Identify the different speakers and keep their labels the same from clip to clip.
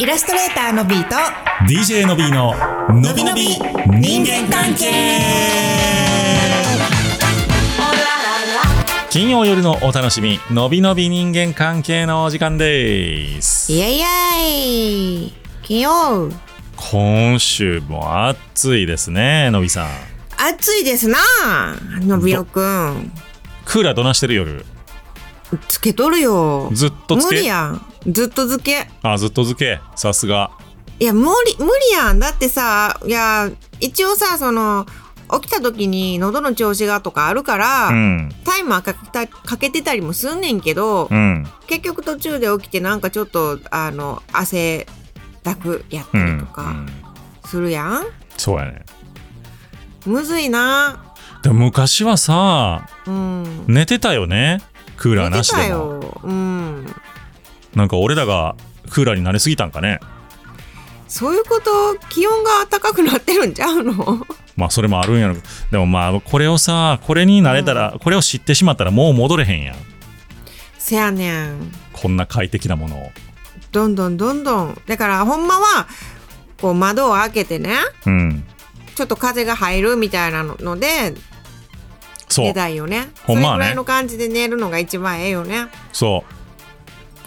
Speaker 1: イラストレーターのビーと
Speaker 2: DJ の B ののびのび人間関係金曜夜のお楽しみのびのび人間関係のお時間です
Speaker 1: イエイエイ金曜
Speaker 2: 今週も暑いですねのびさん
Speaker 1: 暑いですなのびろくん
Speaker 2: クーラーどなしてる夜
Speaker 1: つけとるよ
Speaker 2: ずっとつ
Speaker 1: 無理
Speaker 2: け
Speaker 1: やんずっと漬け
Speaker 2: あずっとつけさすが
Speaker 1: いや無理無理やんだってさいや一応さその起きた時に喉の調子がとかあるから、
Speaker 2: うん
Speaker 1: タイマーかけたかけてたりもすんねんけど、
Speaker 2: うん
Speaker 1: 結局途中で起きてなんかちょっとあの汗だくやっ
Speaker 2: う
Speaker 1: たり
Speaker 2: ん、
Speaker 1: と
Speaker 2: う
Speaker 1: か
Speaker 2: ん
Speaker 1: するやん、
Speaker 2: そうやね
Speaker 1: むずいな
Speaker 2: でも昔はさ
Speaker 1: うん
Speaker 2: 寝てたよねクーラーな
Speaker 1: 寝て
Speaker 2: したでも
Speaker 1: ようん
Speaker 2: なんか俺らがクーラーになりすぎたんかね
Speaker 1: そういうこと気温が高くなってるんちゃうの
Speaker 2: まあそれもあるんやろでもまあこれをさこれに慣れたら、これを知ってしまったらもう戻れへんやん
Speaker 1: せやねん
Speaker 2: こんな快適なものを
Speaker 1: どんどんどんどんだからほんまはこう窓を開けてね
Speaker 2: うん
Speaker 1: ちょっと風が入るみたいなので
Speaker 2: そ
Speaker 1: 寝
Speaker 2: う
Speaker 1: たいよね
Speaker 2: ほんまはね
Speaker 1: それぐらいの感じで寝るのが一番ええよね
Speaker 2: そ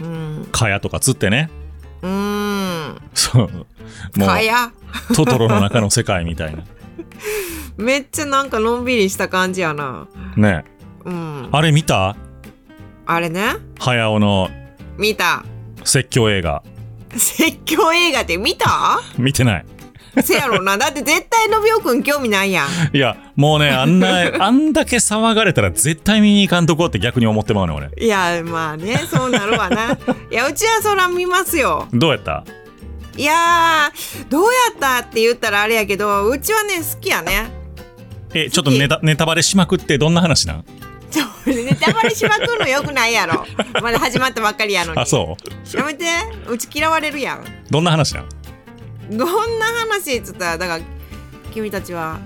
Speaker 2: う
Speaker 1: うん
Speaker 2: 蚊帳とか釣ってね
Speaker 1: うん
Speaker 2: そうも
Speaker 1: か
Speaker 2: う
Speaker 1: や
Speaker 2: トトロの中の世界みたいな
Speaker 1: めっちゃなんかのんびりした感じやな
Speaker 2: ねえ
Speaker 1: うん
Speaker 2: あれ見た
Speaker 1: あれね
Speaker 2: 早尾の
Speaker 1: 見た
Speaker 2: 説教映画
Speaker 1: 説教映画って見た
Speaker 2: 見てない
Speaker 1: せやろなだって絶対のびおくん興味ないやん
Speaker 2: いやもうねあんなあんだけ騒がれたら絶対見に行かんとこって逆に思ってまうね俺
Speaker 1: いやまあねそうなるわな いやうちはそら見ますよ
Speaker 2: どうやった
Speaker 1: いやーどうやったって言ったらあれやけどうちはね好きやね
Speaker 2: えちょっとネタネタバレしまくってどんな話なん
Speaker 1: ちょネタバレしまくるのよくないやろまだ始まったばっかりやのに
Speaker 2: あそう
Speaker 1: やめてうち嫌われるやん
Speaker 2: どんな話なん
Speaker 1: どんな話っつったらだから君たちは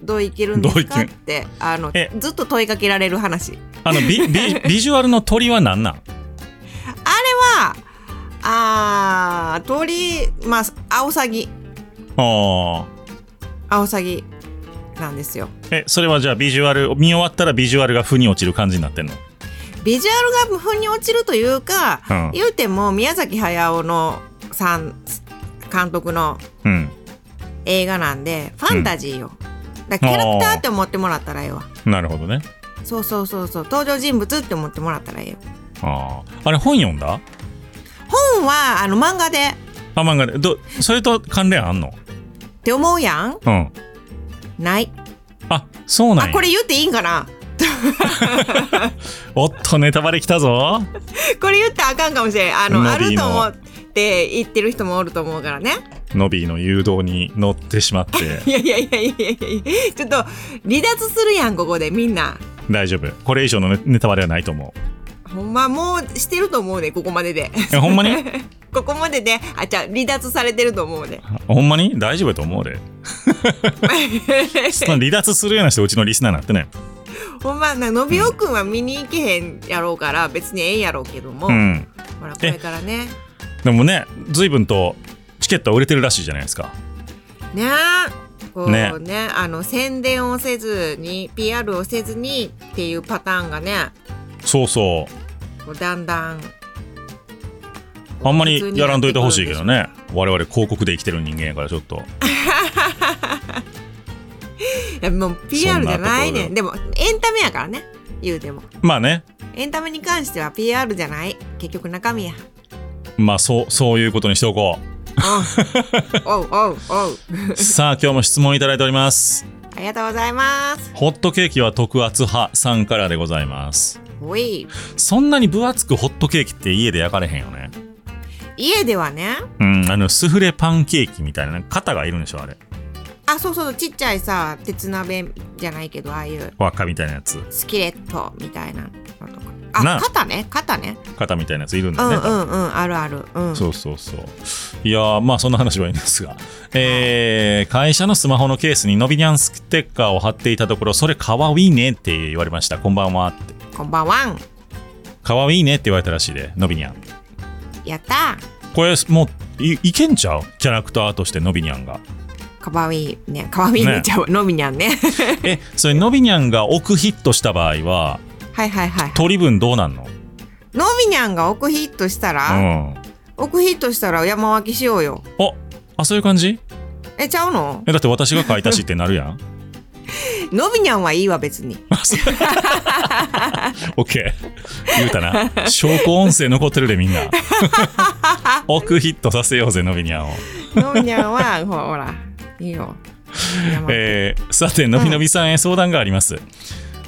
Speaker 1: どう生きるんですか
Speaker 2: どう
Speaker 1: っ
Speaker 2: 生
Speaker 1: てあの
Speaker 2: え
Speaker 1: ずっと問いかけられる話
Speaker 2: あのビ ビビジュアルの鳥は何なん
Speaker 1: はあー鳥まあアオサギ
Speaker 2: ああ
Speaker 1: アオサギなんですよ
Speaker 2: えそれはじゃあビジュアル見終わったらビジュアルが負に落ちる感じになってんの
Speaker 1: ビジュアルが腑に落ちるというか、
Speaker 2: うん
Speaker 1: 言うても宮崎駿のさん監督の
Speaker 2: うん
Speaker 1: 映画なんでファンタジーよ、だからキャラクターって思ってもらったらええわ
Speaker 2: なるほどね
Speaker 1: そうそうそうそう登場人物って思ってもらったらええよ
Speaker 2: あああれ本読んだ
Speaker 1: 本はあの漫画で
Speaker 2: あ漫画でどそれと関連あんの
Speaker 1: って思うやん
Speaker 2: うん
Speaker 1: ない
Speaker 2: あそうなん
Speaker 1: あ
Speaker 2: や
Speaker 1: これ言っていいんかな
Speaker 2: おっとネタバレきたぞ
Speaker 1: これ言ったらあかんかもしれんあの
Speaker 2: 伸
Speaker 1: ある
Speaker 2: び
Speaker 1: と
Speaker 2: の
Speaker 1: 思って言ってる人もおると思うからね
Speaker 2: ノビーの誘導に乗ってし まって
Speaker 1: いやいやいやいやいやいやちょっと離脱するやんここでみんな
Speaker 2: 大丈夫これ以上のネネタバレはないと思
Speaker 1: ほんまもうしてると思うねここまでで
Speaker 2: うえほんまに
Speaker 1: ここまでであじゃあ離脱されてると思うね
Speaker 2: ほんまに大丈夫やと思 うでその離脱するような人うちのリスナーになってね
Speaker 1: ほんまなのびおくんは見に行けへんやろうから別にええんやろうけども、
Speaker 2: うん
Speaker 1: ほらこれからね
Speaker 2: でもね、随分とチケットは売れてるらしいじゃないですか。
Speaker 1: ねえこうね
Speaker 2: ね
Speaker 1: あの宣伝をせずに PR をせずにっていうパターンがね
Speaker 2: そうそう。
Speaker 1: こうだんだん
Speaker 2: あんまりやらんといてほしいけどね。我々広告で生きてる人間やからちょっと。
Speaker 1: いやもう PR じゃないねん
Speaker 2: そん
Speaker 1: でもエンタメやからね言うても
Speaker 2: まあね、
Speaker 1: エンタメに関しては PR じゃない結局中身や
Speaker 2: まあそう、そういうことにしておこ う。
Speaker 1: おうおうおうおう
Speaker 2: さあ、今日も質問いただいております。
Speaker 1: ありがとうございます
Speaker 2: ホットケーキは特厚派さんからでございます。
Speaker 1: おい
Speaker 2: そんなに分厚くホットケーキって家で焼かれへんよね。
Speaker 1: 家ではね
Speaker 2: うん、あの、スフレパンケーキみたいな、型がいるんでしょ、あれ。
Speaker 1: あそうそうちっちゃいさ鉄鍋じゃないけどああいう
Speaker 2: 輪っかみたいなやつ。
Speaker 1: スキレットみたいなのとかあ
Speaker 2: な
Speaker 1: 肩ね肩ね
Speaker 2: 型みたいなやついるん
Speaker 1: う
Speaker 2: だ
Speaker 1: んう
Speaker 2: ね。
Speaker 1: んうんあるあるうん
Speaker 2: そうそうそう。いやー、まあそんな話はいいんですが、えー会社のスマホのケースにのびにゃんステッカーを貼っていたところ、それかわいいねって言われました。こんばんはって。
Speaker 1: こんばんはん
Speaker 2: かわいいねって言われたらしいで、のびにゃん。
Speaker 1: やった
Speaker 2: これ、もういいけんちゃうキャラクターとしてのびにゃんが
Speaker 1: かわいいねかわいいねちゃうのびにゃんね
Speaker 2: えそれのびにゃんが億ヒットした場合は
Speaker 1: はいはいはい
Speaker 2: 取り分どうなんの
Speaker 1: のびにゃんが奥ヒットした
Speaker 2: う
Speaker 1: ら、
Speaker 2: ん
Speaker 1: 奥ヒットしたら山分けしようよ
Speaker 2: ああそういう感じ
Speaker 1: えちゃうの
Speaker 2: えだって私が書いたしってなるやん
Speaker 1: のびにゃんはいいわ別に
Speaker 2: オッケー言うたな証拠音声残ってるでみ んな億ヒットさせようぜのびにゃんを
Speaker 1: のびにゃんはほほらいいよ山分け
Speaker 2: えーさて、のびのびさんへ相談があります。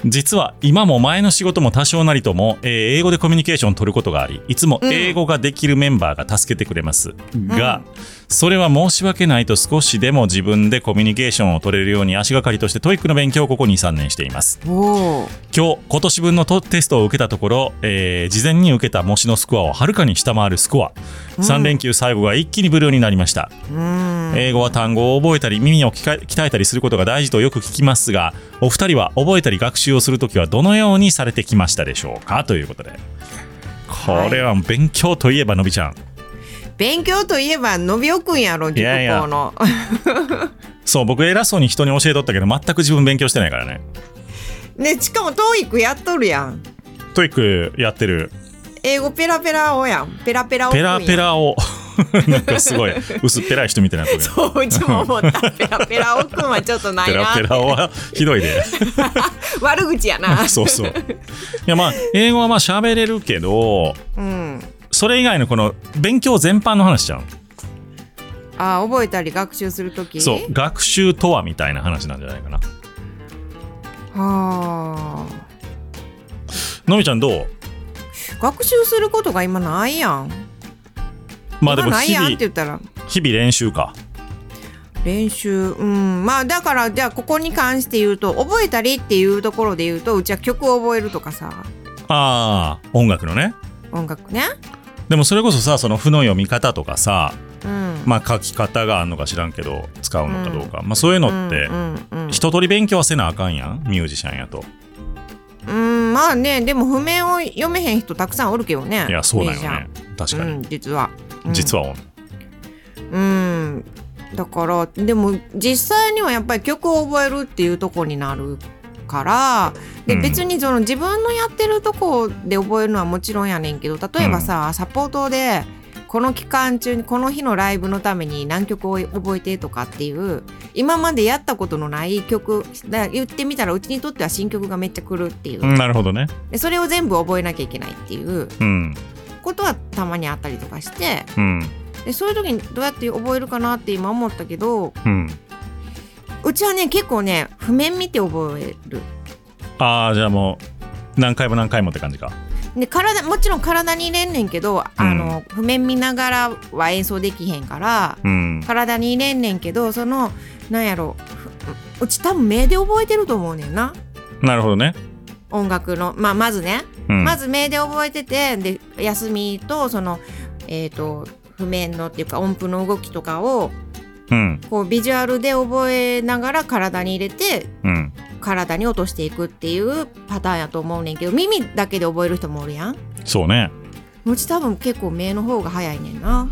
Speaker 2: 実は今も前の仕事も多少なりとも、えー英語でコミュニケーションを取ることがありいつも
Speaker 1: うん
Speaker 2: 英語ができるメンバーが助けてくれますが、それは申し訳ないと少しでも自分でコミュニケーションを取れるように足がかりとしてトイックの勉強をここ23年しています
Speaker 1: おお
Speaker 2: 今日今年分のとテストを受けたところ、えー事前に受けた模試のスコアをはるかに下回るスコア、
Speaker 1: うん
Speaker 2: 3連休最後が一気にブルーになりました
Speaker 1: うん
Speaker 2: 英語は単語を覚えたり耳をきか鍛えたりすることが大事とよく聞きますがお二人は覚えたり学習をするときはどのようにされてきましたでしょうかということでこれは勉強といえばのびちゃん
Speaker 1: 勉強といえばのびおくんやろ塾
Speaker 2: いやいや
Speaker 1: 校の
Speaker 2: そう僕偉そうに人に教えとったけど全く自分勉強してないからね
Speaker 1: ねしかも TOEIC やっとるやん
Speaker 2: トイックやってる
Speaker 1: 英語ペラペラをやんペラペラを
Speaker 2: ペラペ ラを なんかすごい薄っぺらい人みたいなこれ
Speaker 1: そううちも思ったペラペラをくんはちょっとな
Speaker 2: ペ
Speaker 1: いな
Speaker 2: ラペラはひど いで
Speaker 1: 悪口や な
Speaker 2: そうそういやまあ英語はまあ喋れるけど
Speaker 1: うん
Speaker 2: それ以外のこの勉強全般の話じゃん
Speaker 1: あ覚えたり学習するとき
Speaker 2: そう学習とはみたいな話なんじゃないかな
Speaker 1: はあ
Speaker 2: のみちゃんどう
Speaker 1: 学習することが今ないやん
Speaker 2: まあで
Speaker 1: 今
Speaker 2: も
Speaker 1: ない
Speaker 2: 日
Speaker 1: やんって
Speaker 2: 々
Speaker 1: 言ったら
Speaker 2: 日々練習か
Speaker 1: 練習うんまあだからじゃあここに関して言うと覚えたりっていうところで言うとうちは曲を覚えるとかさ
Speaker 2: ああ音楽のね
Speaker 1: 音楽ね
Speaker 2: でもそれこそさその負の読み方とかさ
Speaker 1: うん
Speaker 2: まあ書き方があんのか知らんけど使うのかどうか、まあそういうのって
Speaker 1: うんうんうん
Speaker 2: 一通り勉強はせなあかんやんミュージシャンやと
Speaker 1: うんまあねでも譜面を読めへん人たくさんおるけどね
Speaker 2: いやそうだ
Speaker 1: ミュー
Speaker 2: よ
Speaker 1: ジシャン
Speaker 2: ね確か
Speaker 1: う
Speaker 2: に、
Speaker 1: ん、実は、
Speaker 2: 実
Speaker 1: は
Speaker 2: は音
Speaker 1: うんだからでも実際にはやっぱり曲を覚えるっていうところになるからで、
Speaker 2: うん
Speaker 1: 別にその自分のやってるとこで覚えるのはもちろんやねんけど例えばさ、サポートでこの期間中にこの日のライブのために何曲を覚えてとかっていう今までやったことのない曲だ言ってみたらうちにとっては新曲がめっちゃ来るっていう、
Speaker 2: うんなるほどね
Speaker 1: でそれを全部覚えなきゃいけないっていう
Speaker 2: うん
Speaker 1: ことはたまにあったりとかして
Speaker 2: うん
Speaker 1: でそういう時にどうやって覚えるかなって今思ったけど
Speaker 2: うん
Speaker 1: うちはね結構ね譜面見て覚える
Speaker 2: ああじゃあもう何回も何回もって感じか
Speaker 1: で体もちろん体に入れんねんけど、あの譜面見ながらは演奏できへんから
Speaker 2: うん
Speaker 1: 体に入れんねんけどそのなんやろふうち多分目で覚えてると思うねんな
Speaker 2: なるほどね、
Speaker 1: 音楽の、まあ、まずね、
Speaker 2: うん、
Speaker 1: まず目で覚えててで休みとそのえっ、と譜面のっていうか音符の動きとかを
Speaker 2: うん
Speaker 1: こうビジュアルで覚えながら体に入れて
Speaker 2: うん
Speaker 1: 体に落としていくっていうパターンやと思うねんけど耳だけで覚える人もおるやん
Speaker 2: そうね
Speaker 1: うち多分結構目の方が早いねんな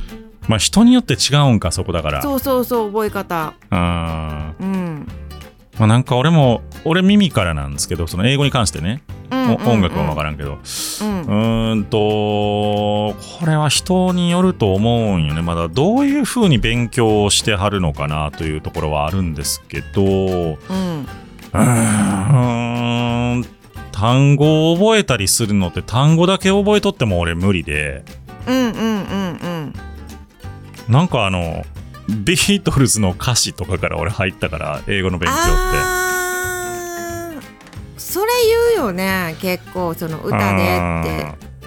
Speaker 2: まあ人によって違うんかそこだから
Speaker 1: そうそうそう覚え方
Speaker 2: あー
Speaker 1: うん、
Speaker 2: まあ、なんか俺も俺耳からなんですけどその英語に関してね、
Speaker 1: うん
Speaker 2: お音楽は分かららんけどう
Speaker 1: うん、うん
Speaker 2: ーんとこれは人によると思うんよねまだどういうふうに勉強をしてはるのかなというところはあるんですけどう
Speaker 1: うん
Speaker 2: ーん単語を覚えたりするのって単語だけ覚えとっても俺無理で
Speaker 1: うんうんうん
Speaker 2: なんかあのビートルズの歌詞とかから俺入ったから英語の勉強って。
Speaker 1: あーそれ言うよね結構その歌でっ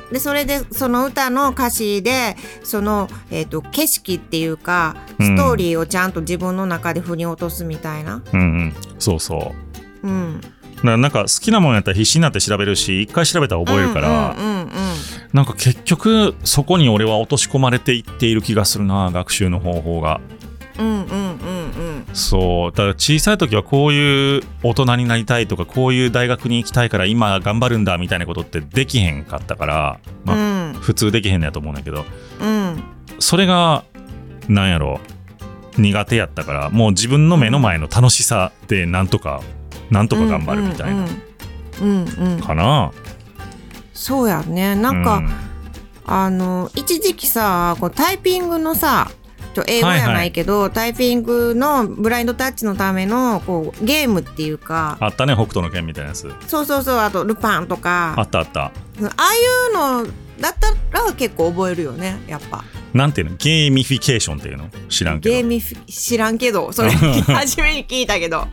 Speaker 1: てでそれでその歌の歌詞でその、えー、と景色っていうかストーリーをちゃんと自分の中で振り落とすみたいな、
Speaker 2: うんうんそうそう
Speaker 1: うん、
Speaker 2: ななんか好きなもんやったら必死になって調べるし一回調べたら覚えるから、
Speaker 1: うんうんうんうん
Speaker 2: なんか結局そこに俺は落とし込まれていっている気がするな学習の方法が
Speaker 1: うんうんうんうん
Speaker 2: そうだから小さい時はこういう大人になりたいとかこういう大学に行きたいから今頑張るんだみたいなことってできへんかったから、まあ
Speaker 1: うん
Speaker 2: 普通できへんのやと思うんだけど
Speaker 1: うん
Speaker 2: それがなんやろ苦手やったからもう自分の目の前の楽しさでなんとかなんとか頑張るみたい
Speaker 1: うんう
Speaker 2: な、
Speaker 1: んうん、うんうん
Speaker 2: かな
Speaker 1: そうやねな
Speaker 2: なん
Speaker 1: か、あの一時期さこうタイピングのさちょ英語やないけど、タイピングのブラインドタッチのためのこうゲームっていうか
Speaker 2: あったね北斗の拳みたいなやつ
Speaker 1: そうそうそうあと「ルパン」とか
Speaker 2: あったあった
Speaker 1: ああいうのだったら結構覚えるよねやっぱ
Speaker 2: なんていうのゲーミフィケーションっていうの知らん
Speaker 1: ゲ
Speaker 2: け
Speaker 1: ー
Speaker 2: ど
Speaker 1: ム知らんけどそれ初めに聞いたけど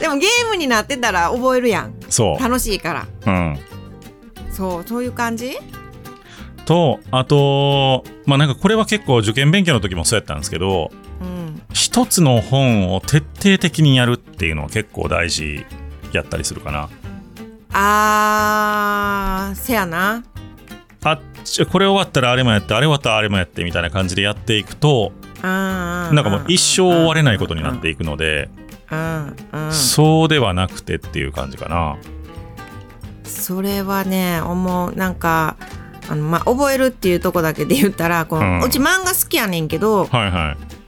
Speaker 1: でもゲームになってたら覚えるやん
Speaker 2: そ
Speaker 1: 楽しいから
Speaker 2: う、うん、
Speaker 1: そうそういう感じ
Speaker 2: とあとまあなんかこれは結構受験勉強の時もそうやったんですけど
Speaker 1: うん
Speaker 2: 一つの本を徹底的にやるっていうのは結構大事やったりするかな
Speaker 1: あーせやな
Speaker 2: あちょこれ終わったらあれもやってあれ終わったらあれもやってみたいな感じでやっていくと
Speaker 1: あー
Speaker 2: なんかもう一生終われないことになっていくので
Speaker 1: うんうん
Speaker 2: そうではなくてっていう感じかな
Speaker 1: それはね思うなんかあの、まあ、覚えるっていうとこだけで言ったらこの、
Speaker 2: う
Speaker 1: うんち漫画好きやねんけど
Speaker 2: はいはい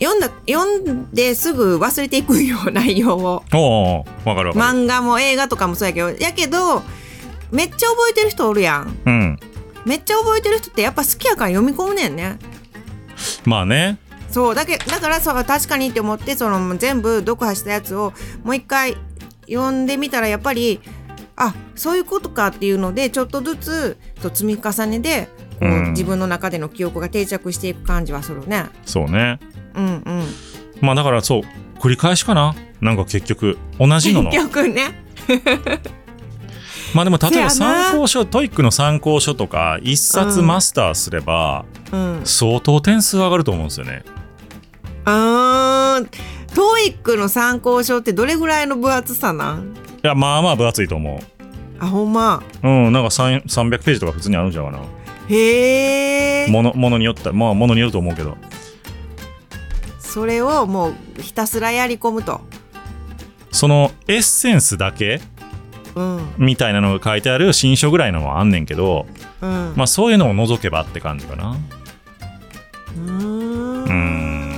Speaker 1: 読んだ読んですぐ忘れていくんよ内容を
Speaker 2: おうおうわかるわかる、
Speaker 1: 漫画も映画とかもそうやけどやけどめっちゃ覚えてる人おるやん
Speaker 2: うん
Speaker 1: めっちゃ覚えてる人ってやっぱ好きやから読み込むねんね
Speaker 2: まあね
Speaker 1: そうだけだからそう確かにって思ってその全部読破したやつをもう一回読んでみたらやっぱりあそういうことかっていうのでちょっとずつと積み重ねでこう、
Speaker 2: うん
Speaker 1: 自分の中での記憶が定着していく感じはするね。
Speaker 2: そうね
Speaker 1: うんうん、
Speaker 2: まあだからそう繰り返しかななんか結局同じのの
Speaker 1: 結局ね。
Speaker 2: まあでも例えば
Speaker 1: せやな
Speaker 2: 参考書トイックの参考書とか一冊
Speaker 1: うん
Speaker 2: マスターすれば
Speaker 1: うん、
Speaker 2: 相当点数上がると思うんですよね
Speaker 1: あー TOEIC の参考書ってどれぐらいの分厚さなん
Speaker 2: いやまあまあ分厚いと思
Speaker 1: あほんま
Speaker 2: ううんなんか3 300ページとか普通にあるんじゃないかな
Speaker 1: へえ
Speaker 2: ものものによったまあものによると思うけど
Speaker 1: それをもうひたすらやり込むと。
Speaker 2: そのエッセンスだけ
Speaker 1: うん
Speaker 2: みたいなのが書いてある新書ぐらいのもあんねんけど
Speaker 1: うん
Speaker 2: まあそういうのを除けばって感じかな
Speaker 1: うー
Speaker 2: うん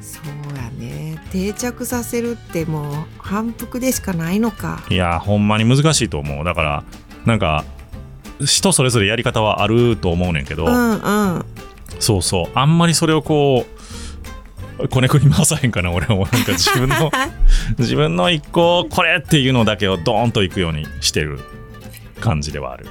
Speaker 1: そうやね定着させるってもう反復でしかないのか
Speaker 2: いやほんまに難しいと思うだからなんか人それぞれやり方はあると思うねんけど、
Speaker 1: うんうん
Speaker 2: そうそうあんまりそれをこうこねくり回さへんかな俺はなんか自分 の自分の一個これっていうのだけをドーンといくようにしてる感じではある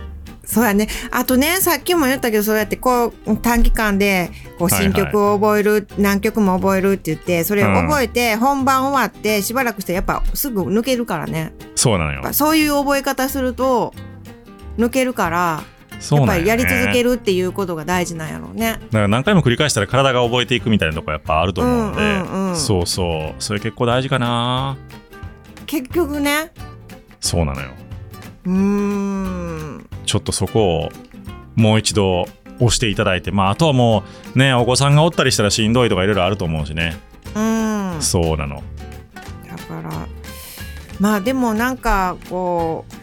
Speaker 1: そうやねあとねさっきも言ったけどそうやってこう短期間でこう
Speaker 2: はいはい
Speaker 1: 新曲を覚える、何曲も覚えるって言ってそれを覚えて本番終わってしばらくしてやっぱすぐ抜けるからね
Speaker 2: そうなのよ
Speaker 1: やっぱそういう覚え方すると抜けるから
Speaker 2: そう
Speaker 1: やっ
Speaker 2: な
Speaker 1: ぱ
Speaker 2: ん
Speaker 1: りやり続け
Speaker 2: る
Speaker 1: るっていうことが大事なんやろうね。
Speaker 2: だから何回も繰り返したら体が覚えていくみたいなとこやっぱあると思うので、
Speaker 1: うんうんうん
Speaker 2: そうそうそれ結構大事かな
Speaker 1: 結局ね
Speaker 2: そうなのよ
Speaker 1: うーん
Speaker 2: ちょっとそこをもう一度押していただいて、まあ、あとはもうねお子さんがおったりしたらしんどいとかいろいろあると思うしね、
Speaker 1: うん
Speaker 2: そうなの
Speaker 1: だからまあでもなんかこう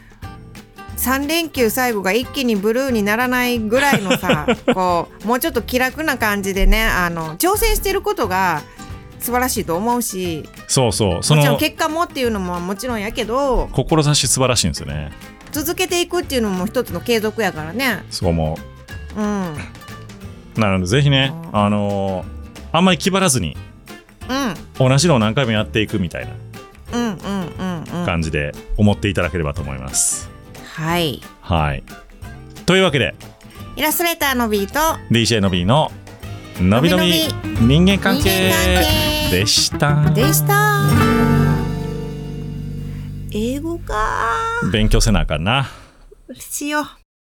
Speaker 1: 3連休最後が一気にブルーにならないぐらいの さこうもうちょっと気楽な感じでねあの挑戦してることが素晴らしいと思うし
Speaker 2: そうそうそ
Speaker 1: もちろ
Speaker 2: の
Speaker 1: ん結果もっていうのももちろんやけど
Speaker 2: 志素晴らしいんですよね
Speaker 1: 続けていくっていうのも一つの継続やからね。
Speaker 2: そう思
Speaker 1: うん、うん
Speaker 2: うなのでぜひね
Speaker 1: うん
Speaker 2: あのーあんまり気張らずに同じのを何回もやっていくみたいな
Speaker 1: うんうんうんうん
Speaker 2: 感じで思っていただければと思います、
Speaker 1: はい
Speaker 2: はいというわけで
Speaker 1: イラストレーターのビート
Speaker 2: DJ の B ののびのび人間関係
Speaker 1: 人間関係
Speaker 2: でした
Speaker 1: でした英語か
Speaker 2: 勉強せなあかんな
Speaker 1: しよう